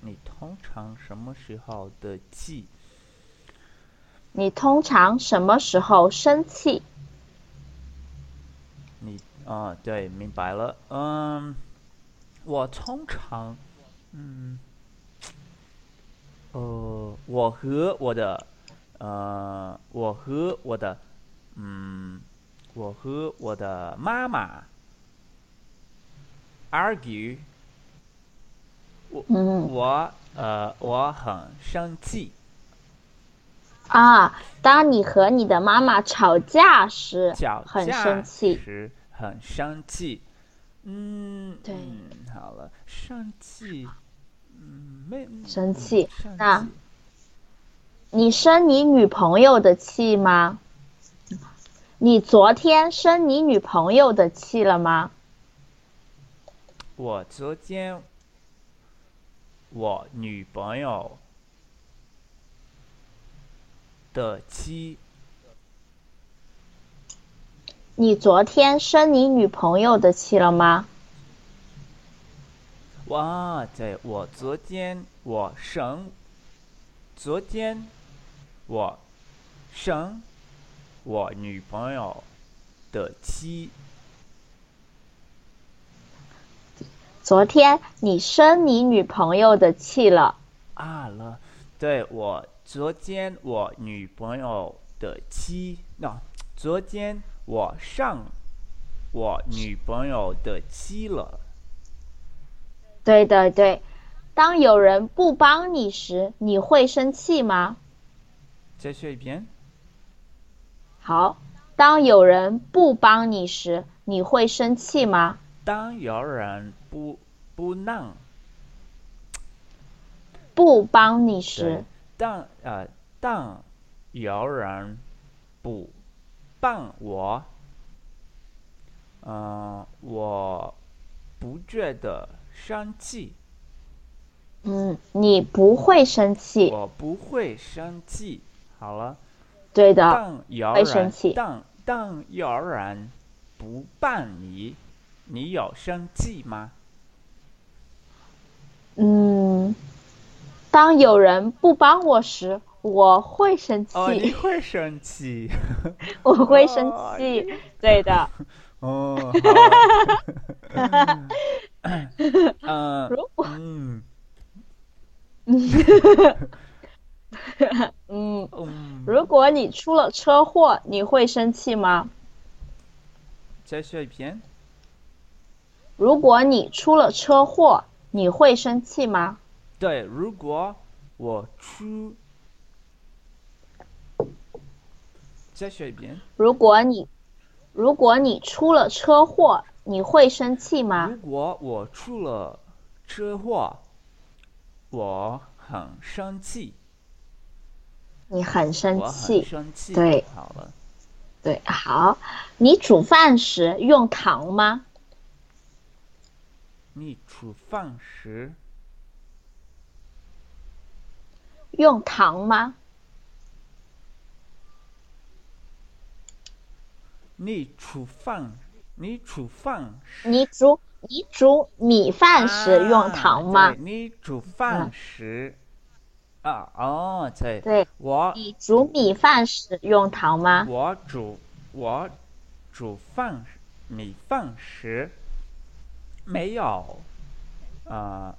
[SPEAKER 1] 你通常什么时候的鸡？
[SPEAKER 2] 你通常什么时候生气？
[SPEAKER 1] 你啊，对，明白了。嗯，我通常，嗯，呃，我和我的，呃，我和我的，嗯，我和我的妈妈 argue，
[SPEAKER 2] 嗯
[SPEAKER 1] 我呃，我很生气。
[SPEAKER 2] 啊，当你和你的妈妈吵架时
[SPEAKER 1] 脚，
[SPEAKER 2] 很
[SPEAKER 1] 架
[SPEAKER 2] 生气。
[SPEAKER 1] 时很生气。嗯，
[SPEAKER 2] 对
[SPEAKER 1] 嗯好了，生气，嗯，没
[SPEAKER 2] 生气
[SPEAKER 1] 生
[SPEAKER 2] 那
[SPEAKER 1] 气
[SPEAKER 2] 你生你女朋友的气吗？你昨天生你女朋友的气了吗？
[SPEAKER 1] 我昨天我女朋友的妻
[SPEAKER 2] 你昨天生你女朋友的气了吗？
[SPEAKER 1] 哇，对，我昨天我生，昨天我生我女朋友的妻。
[SPEAKER 2] 昨天你生你女朋友的气了。
[SPEAKER 1] 啊了，对我昨天我女朋友的妻，那、昨天我上我女朋友的妻了
[SPEAKER 2] 对对对，当有人不帮你时，你会生气吗？
[SPEAKER 1] 再说一遍
[SPEAKER 2] 好，当有人不帮你时，你会生气吗？
[SPEAKER 1] 当有人不不让
[SPEAKER 2] 不帮你时
[SPEAKER 1] 对，，当呃当有人不帮我，嗯、我不觉得生气，
[SPEAKER 2] 嗯，你不会生气。
[SPEAKER 1] 我不会生气。好了。
[SPEAKER 2] 对的，
[SPEAKER 1] 当有
[SPEAKER 2] 啊会生
[SPEAKER 1] 人
[SPEAKER 2] 气
[SPEAKER 1] 当当有人不办你，你有生气吗？
[SPEAKER 2] 嗯，当有人不帮我时，我会生气，
[SPEAKER 1] 哦，你会生气
[SPEAKER 2] 我会生
[SPEAKER 1] 哦
[SPEAKER 2] 气。对的，
[SPEAKER 1] 哦。好 啊嗯
[SPEAKER 2] 如果
[SPEAKER 1] 嗯
[SPEAKER 2] 嗯，
[SPEAKER 1] 嗯，
[SPEAKER 2] 如果你出了车祸，你会生气吗？
[SPEAKER 1] 再说一遍。
[SPEAKER 2] 如果你出了车祸，你会生气吗？
[SPEAKER 1] 对，如果我出，再说一遍。
[SPEAKER 2] 如果你如果你出了车祸，你会生
[SPEAKER 1] 嗯
[SPEAKER 2] 气吗
[SPEAKER 1] 如？果我出了车祸，我很生气，
[SPEAKER 2] 你很生
[SPEAKER 1] 我很
[SPEAKER 2] 气。
[SPEAKER 1] 生气。
[SPEAKER 2] 对，
[SPEAKER 1] 好了，
[SPEAKER 2] 对，好。你煮饭时用糖吗？
[SPEAKER 1] 你煮饭时
[SPEAKER 2] 用糖吗？
[SPEAKER 1] 你煮饭，你煮饭时
[SPEAKER 2] 你煮你煮米饭时用糖吗
[SPEAKER 1] 啊？对你煮饭
[SPEAKER 2] 嗯
[SPEAKER 1] 时，啊哦，对，
[SPEAKER 2] 对，
[SPEAKER 1] 我
[SPEAKER 2] 你煮米饭时用糖吗？
[SPEAKER 1] 我煮我煮饭时米饭时没有，呃，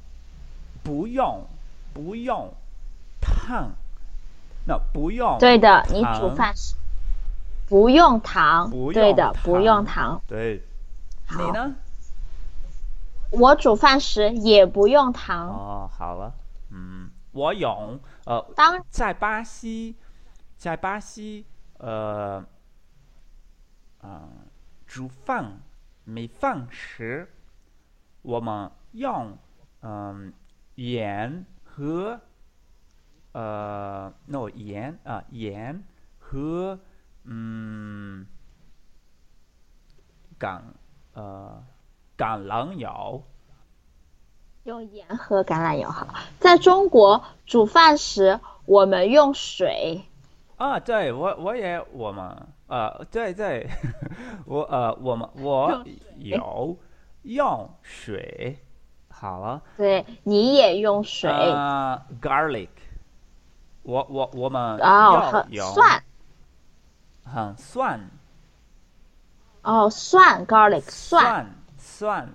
[SPEAKER 1] 不用不用烫，那不用
[SPEAKER 2] 对的，你煮
[SPEAKER 1] 糖
[SPEAKER 2] 饭时不用糖。
[SPEAKER 1] 不
[SPEAKER 2] 对
[SPEAKER 1] 用
[SPEAKER 2] 的，不
[SPEAKER 1] 糖
[SPEAKER 2] 用糖。
[SPEAKER 1] 对，你
[SPEAKER 2] 好
[SPEAKER 1] 呢？
[SPEAKER 2] 我煮饭时也不用糖。
[SPEAKER 1] 哦，好了，嗯，我有，呃，
[SPEAKER 2] 当
[SPEAKER 1] 在巴西，在巴西，呃，嗯、煮饭米饭时，我们用嗯、盐和呃，no 盐啊、盐和嗯橄呃橄榄油。
[SPEAKER 2] 用盐和橄榄油好。在中国煮饭时，我们用水。
[SPEAKER 1] 啊，对我我也我们呃，对对， 我呃我们我
[SPEAKER 2] 用
[SPEAKER 1] 有用水，好了，
[SPEAKER 2] 对，你也用水啊、
[SPEAKER 1] 呃，garlic，我我我们要
[SPEAKER 2] 哦，
[SPEAKER 1] 有
[SPEAKER 2] 很蒜
[SPEAKER 1] 很蒜
[SPEAKER 2] 哦，蒜 garlic 蒜。
[SPEAKER 1] 蒜蒜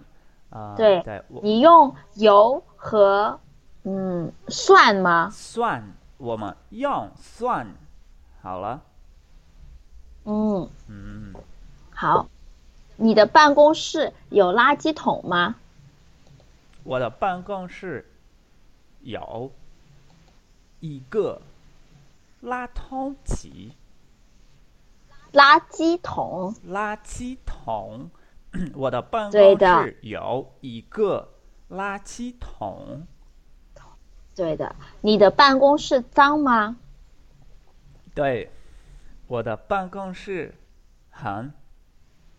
[SPEAKER 1] 啊，
[SPEAKER 2] 对
[SPEAKER 1] 对我
[SPEAKER 2] 你用油和嗯蒜吗？
[SPEAKER 1] 蒜我们用蒜，好了，
[SPEAKER 2] 嗯，
[SPEAKER 1] 嗯，
[SPEAKER 2] 好。你的办公室有垃圾桶吗？
[SPEAKER 1] 我的办公室有一个垃圾桶。
[SPEAKER 2] 垃圾桶。
[SPEAKER 1] 垃圾桶。 我的办
[SPEAKER 2] 对
[SPEAKER 1] 公
[SPEAKER 2] 的
[SPEAKER 1] 室有一个垃圾桶，
[SPEAKER 2] 对的，你的办公室脏吗？
[SPEAKER 1] 对，我的办公室很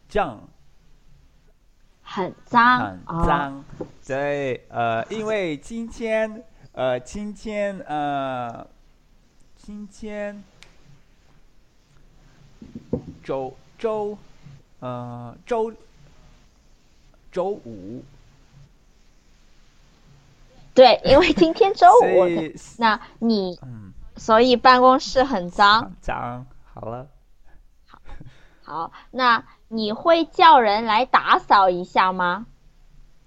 [SPEAKER 1] 脏，
[SPEAKER 2] 很脏，
[SPEAKER 1] 很
[SPEAKER 2] 哦、
[SPEAKER 1] 脏。对，呃，因为今天，呃，今天，呃，今天呃周周，呃，周周五，
[SPEAKER 2] 对，因为今天周 五
[SPEAKER 1] 所，以，
[SPEAKER 2] 那你
[SPEAKER 1] 嗯，
[SPEAKER 2] 所以办公室很脏。
[SPEAKER 1] 很脏，好了。
[SPEAKER 2] 好，那你会叫人来打扫一下吗？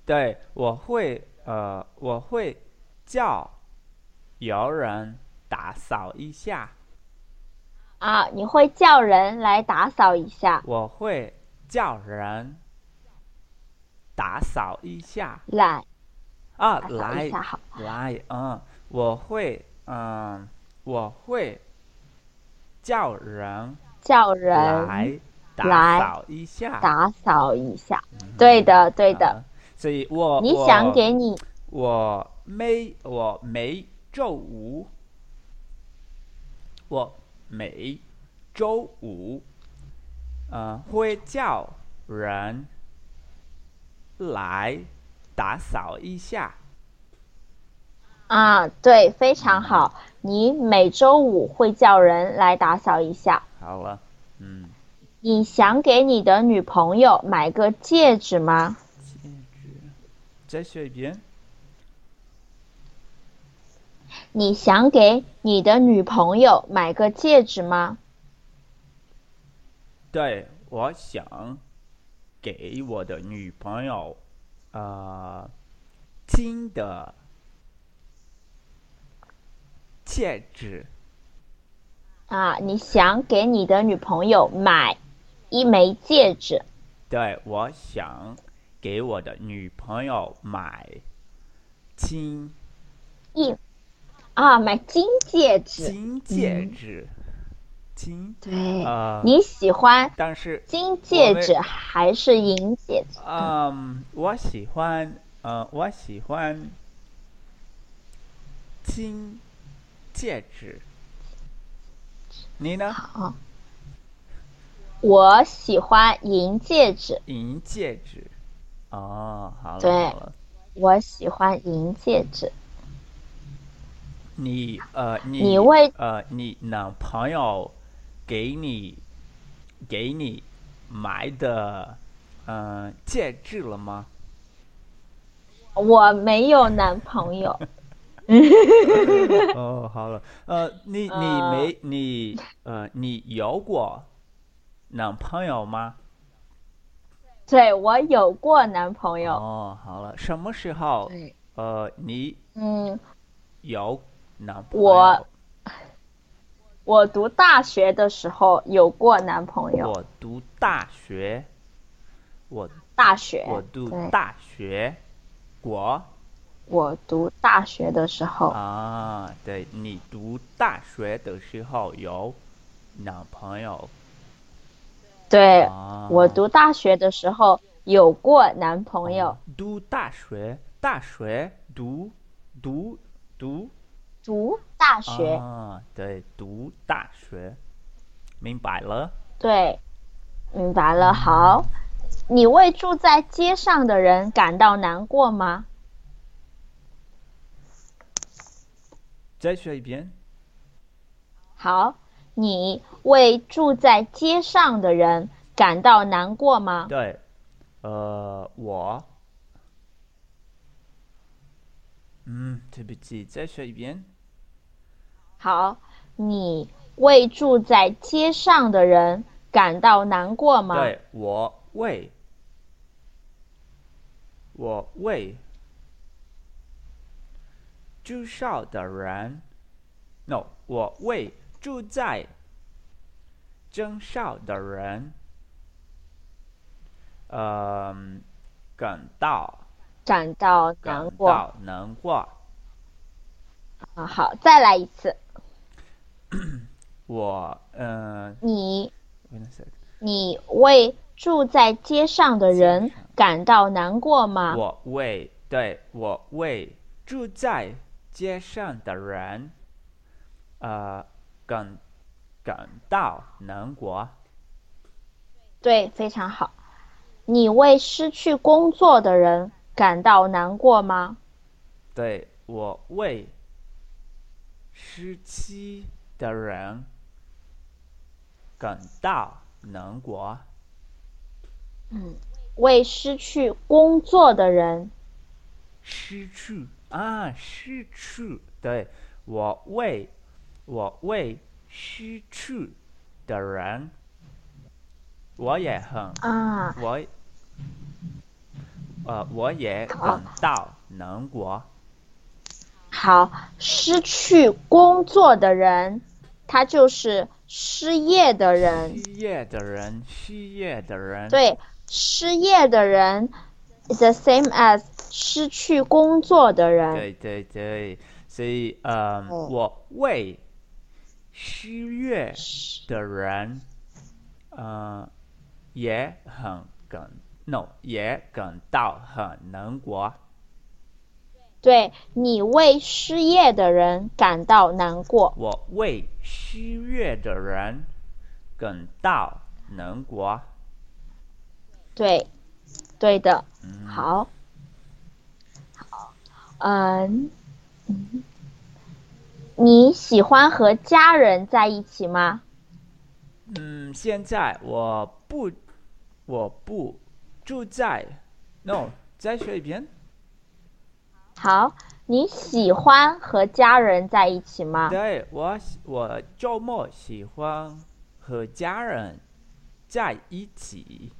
[SPEAKER 1] 对，我会呃，我会叫有人打扫一下，
[SPEAKER 2] 啊，你会叫人来打扫一下，
[SPEAKER 1] 我会叫人打扫一下
[SPEAKER 2] 来
[SPEAKER 1] 啊，
[SPEAKER 2] 打扫一
[SPEAKER 1] 来
[SPEAKER 2] 下好。
[SPEAKER 1] 来，嗯，我会嗯，我会叫人
[SPEAKER 2] 叫人
[SPEAKER 1] 来打
[SPEAKER 2] 来
[SPEAKER 1] 扫一下。
[SPEAKER 2] 打扫一下。对的，对
[SPEAKER 1] 好
[SPEAKER 2] 的。
[SPEAKER 1] 了，所以我
[SPEAKER 2] 你
[SPEAKER 1] 我
[SPEAKER 2] 想给你
[SPEAKER 1] 我每我每周五，我每周五，呃，会叫人来打扫一下。
[SPEAKER 2] 啊，对，非常好。你每周五会叫人来打扫一下。
[SPEAKER 1] 好了，嗯，
[SPEAKER 2] 你想给你的女朋友买个戒指吗？
[SPEAKER 1] 戒指在这边，
[SPEAKER 2] 你想给你的女朋友买个戒指吗？
[SPEAKER 1] 对，我想给我的女朋友，呃，金的戒指。
[SPEAKER 2] 啊，你想给你的女朋友买一枚戒指
[SPEAKER 1] 对，我想给我的女朋友买金
[SPEAKER 2] 啊，买金戒指。
[SPEAKER 1] 金戒指，金
[SPEAKER 2] 对，
[SPEAKER 1] 呃，
[SPEAKER 2] 你喜欢
[SPEAKER 1] 但是
[SPEAKER 2] 金戒
[SPEAKER 1] 们
[SPEAKER 2] 指还是银戒指？
[SPEAKER 1] 嗯，我喜欢呃，我喜欢金戒指。你呢？
[SPEAKER 2] 好，我喜欢银戒指，
[SPEAKER 1] 银戒指。哦，好了。
[SPEAKER 2] 对
[SPEAKER 1] 好了
[SPEAKER 2] 我喜欢银戒指。
[SPEAKER 1] 你呃，你
[SPEAKER 2] 你为
[SPEAKER 1] 呃，你男朋友给你给你买的呃戒指了 吗？
[SPEAKER 2] 我没有男朋友，
[SPEAKER 1] 哦，好了，呃，你你
[SPEAKER 2] 呃
[SPEAKER 1] 没你呃，你有过男朋友吗？
[SPEAKER 2] 对我有过男朋友。
[SPEAKER 1] 哦，好了，什么时候
[SPEAKER 2] 对，
[SPEAKER 1] 呃你
[SPEAKER 2] 嗯，
[SPEAKER 1] 有男朋友？
[SPEAKER 2] 我我读大学的时候有过男朋友，
[SPEAKER 1] 我读大学，我
[SPEAKER 2] 大学，
[SPEAKER 1] 我读
[SPEAKER 2] 对
[SPEAKER 1] 大学，我
[SPEAKER 2] 我读大学的时候，
[SPEAKER 1] 啊，对，你读大学的时候有男朋友
[SPEAKER 2] 对、
[SPEAKER 1] 啊？
[SPEAKER 2] 我读大学的时候有过男朋友，
[SPEAKER 1] 读大学，大学读读读
[SPEAKER 2] 读大学，
[SPEAKER 1] 啊，对，读大学，明白了。
[SPEAKER 2] 对，明白了。好，你为住在街上的人感到难过吗？
[SPEAKER 1] 再学一遍。
[SPEAKER 2] 好，你为住在街上的人感到难过吗？
[SPEAKER 1] 对，呃，我，嗯，对不起，再学一遍。
[SPEAKER 2] 好，你为住在街上的人感到难过吗？
[SPEAKER 1] 对，我为，我为住校的人，no，我为住在征校的人，嗯、感到
[SPEAKER 2] 感到难
[SPEAKER 1] 感
[SPEAKER 2] 过啊、
[SPEAKER 1] 到难过。
[SPEAKER 2] 好，再来一次。
[SPEAKER 1] 我，嗯、
[SPEAKER 2] 你
[SPEAKER 1] wait a sec
[SPEAKER 2] 你为住在街上的人感到难过吗？
[SPEAKER 1] 我为对我为住在街上的人，呃，感感到难过。
[SPEAKER 2] 对，非常好。你为失去工作的人感到难过吗？
[SPEAKER 1] 对我为失去的人感到难过。
[SPEAKER 2] 为失去工作的人，
[SPEAKER 1] 失去啊，失去，对我为我为失去的人，我也很
[SPEAKER 2] 啊，
[SPEAKER 1] 我，呃，我也
[SPEAKER 2] 好
[SPEAKER 1] 感到难过。
[SPEAKER 2] 好，失去工作的人，他就是失业的人。
[SPEAKER 1] 失业的人，失业的人，
[SPEAKER 2] 对，失业的人，is the same as 失去工作的人。
[SPEAKER 1] 对对对，所以，嗯，
[SPEAKER 2] 哦
[SPEAKER 1] 我为失业
[SPEAKER 2] 失
[SPEAKER 1] 的人，呃，也很感，no，也感到很难过。
[SPEAKER 2] 对你为失业的人感到难过。
[SPEAKER 1] 我为失业的人感到难过。
[SPEAKER 2] 对，对的。
[SPEAKER 1] 嗯，
[SPEAKER 2] 好，好，嗯，你喜欢和家人在一起吗？
[SPEAKER 1] 嗯，现在我不，我不住在，no，再学一遍。
[SPEAKER 2] 好，你喜欢和家人在一起吗？
[SPEAKER 1] 对我喜，我周末喜欢和家人在一起。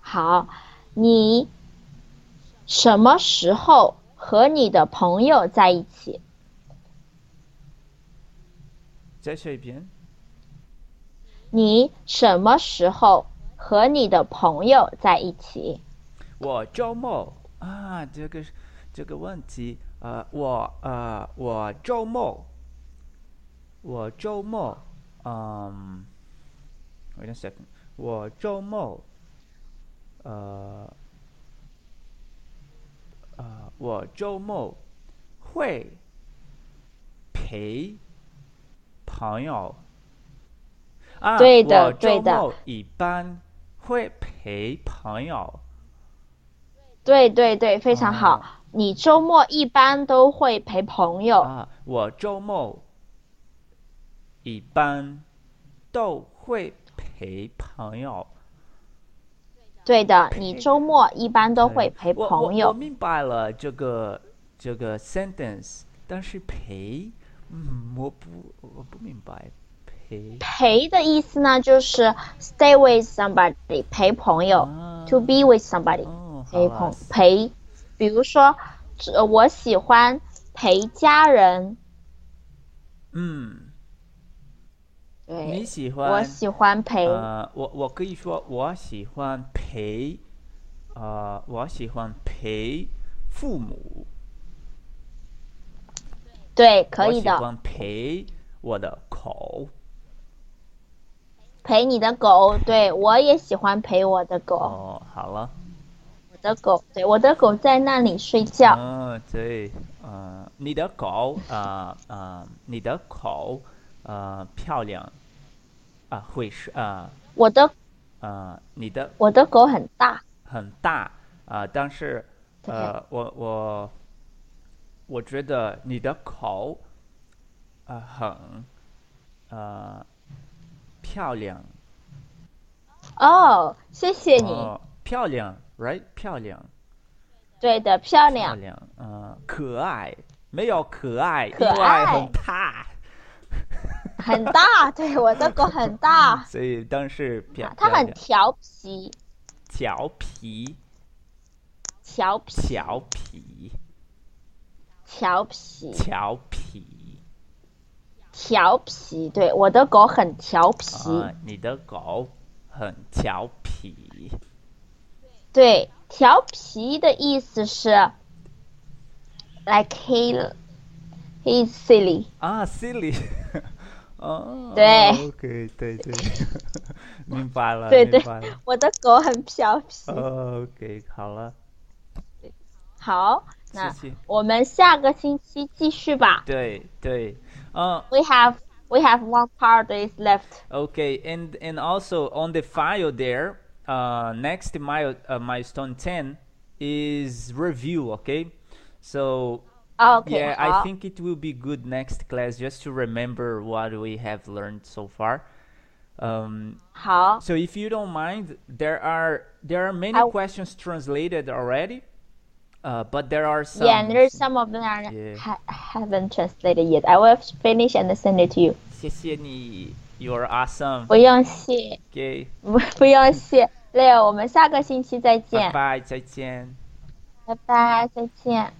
[SPEAKER 2] 好，你什么时候和你的朋友在一起？
[SPEAKER 1] 再学一遍。
[SPEAKER 2] 你什么时候和你的朋友在一起？
[SPEAKER 1] 我周末啊，这个是这个问题，呃，我呃，我周末，呃我周末，嗯，wait a second，我周末，呃，呃，我周末会陪朋友。啊，
[SPEAKER 2] 对的
[SPEAKER 1] 我周
[SPEAKER 2] 对的
[SPEAKER 1] 末一般会陪朋友。
[SPEAKER 2] 对对对，非常好。
[SPEAKER 1] 啊
[SPEAKER 2] 你周末一般都会陪朋友，
[SPEAKER 1] 啊，我周末一般都会陪朋友。
[SPEAKER 2] 对的，你周末一般都会陪
[SPEAKER 1] 我
[SPEAKER 2] 朋
[SPEAKER 1] 我我
[SPEAKER 2] 友。
[SPEAKER 1] 明白了这个这个 sentence，但是陪，嗯，我不我不明白陪
[SPEAKER 2] 陪的意思呢，就是 stay with somebody，陪朋友
[SPEAKER 1] 啊
[SPEAKER 2] ；to be with somebody，
[SPEAKER 1] 哦，好了
[SPEAKER 2] 陪朋陪。比如说，呃我喜欢陪家人，
[SPEAKER 1] 嗯，你
[SPEAKER 2] 对，
[SPEAKER 1] 喜欢
[SPEAKER 2] 我喜欢陪。
[SPEAKER 1] 呃，我我可以说我喜欢陪，呃，我喜欢陪父母，
[SPEAKER 2] 对，可
[SPEAKER 1] 我
[SPEAKER 2] 以
[SPEAKER 1] 喜
[SPEAKER 2] 的，
[SPEAKER 1] 欢陪我的狗。
[SPEAKER 2] 陪你的狗。对，我也喜欢陪我的狗，
[SPEAKER 1] 哦，好了。
[SPEAKER 2] 我的狗，对，我的狗在那里睡觉。
[SPEAKER 1] 嗯，对，呃，你的狗，呃呃，你的狗，呃，漂亮，啊、会是，呃
[SPEAKER 2] 我的
[SPEAKER 1] 呃，你的
[SPEAKER 2] 我的狗很大，
[SPEAKER 1] 很大，啊，但是，呃，我我我觉得你的狗，呃，很，呃，漂亮，
[SPEAKER 2] 哦，谢谢你。
[SPEAKER 1] 哦，漂亮，right，漂亮，
[SPEAKER 2] 对的，漂
[SPEAKER 1] 漂
[SPEAKER 2] 亮。
[SPEAKER 1] 亮，呃，可爱，没有可爱，
[SPEAKER 2] 可
[SPEAKER 1] 因为
[SPEAKER 2] 爱
[SPEAKER 1] 很大。哎
[SPEAKER 2] 很 大，对，我的狗很大，
[SPEAKER 1] 所以当时比较
[SPEAKER 2] 啊它
[SPEAKER 1] 比较
[SPEAKER 2] 很调皮，
[SPEAKER 1] 调皮，
[SPEAKER 2] 调皮，
[SPEAKER 1] 调皮，
[SPEAKER 2] 调皮，
[SPEAKER 1] 调皮
[SPEAKER 2] 调皮，对，我的狗很调皮，
[SPEAKER 1] 啊！你的狗很调皮，
[SPEAKER 2] 对，调皮的意思是，like he he is silly，
[SPEAKER 1] 啊，silly，哦，
[SPEAKER 2] 对
[SPEAKER 1] ，OK，对 对，明白了，
[SPEAKER 2] 对
[SPEAKER 1] 明
[SPEAKER 2] 对
[SPEAKER 1] 白了
[SPEAKER 2] 我的狗很调皮。
[SPEAKER 1] 哦，OK，好了，
[SPEAKER 2] 好，那
[SPEAKER 1] 谢谢，
[SPEAKER 2] 我们下个星期继续吧。
[SPEAKER 1] 对对，嗯
[SPEAKER 2] We have we have one part that is left.
[SPEAKER 1] Okay, and and also on the file there, uh, next mile, uh, milestone ten is review. Okay, so
[SPEAKER 2] OK，
[SPEAKER 1] yeah,
[SPEAKER 2] 好
[SPEAKER 1] I think it will be good next class just to remember what we have learned so far. Um,
[SPEAKER 2] 好。
[SPEAKER 1] so if you don't mind, there are there are many
[SPEAKER 2] I-
[SPEAKER 1] questions translated already, uh, but there are some.
[SPEAKER 2] Yeah, and there's some of them that
[SPEAKER 1] Yeah.
[SPEAKER 2] ha- haven't translated yet. I will finish and send it to you.
[SPEAKER 1] 谢谢你, you're awesome.
[SPEAKER 2] 不用 谢，
[SPEAKER 1] Okay,
[SPEAKER 2] 不不用谢。Leo，我们下个星期再
[SPEAKER 1] bye
[SPEAKER 2] 见，
[SPEAKER 1] bye, 再见。
[SPEAKER 2] 拜拜，再见。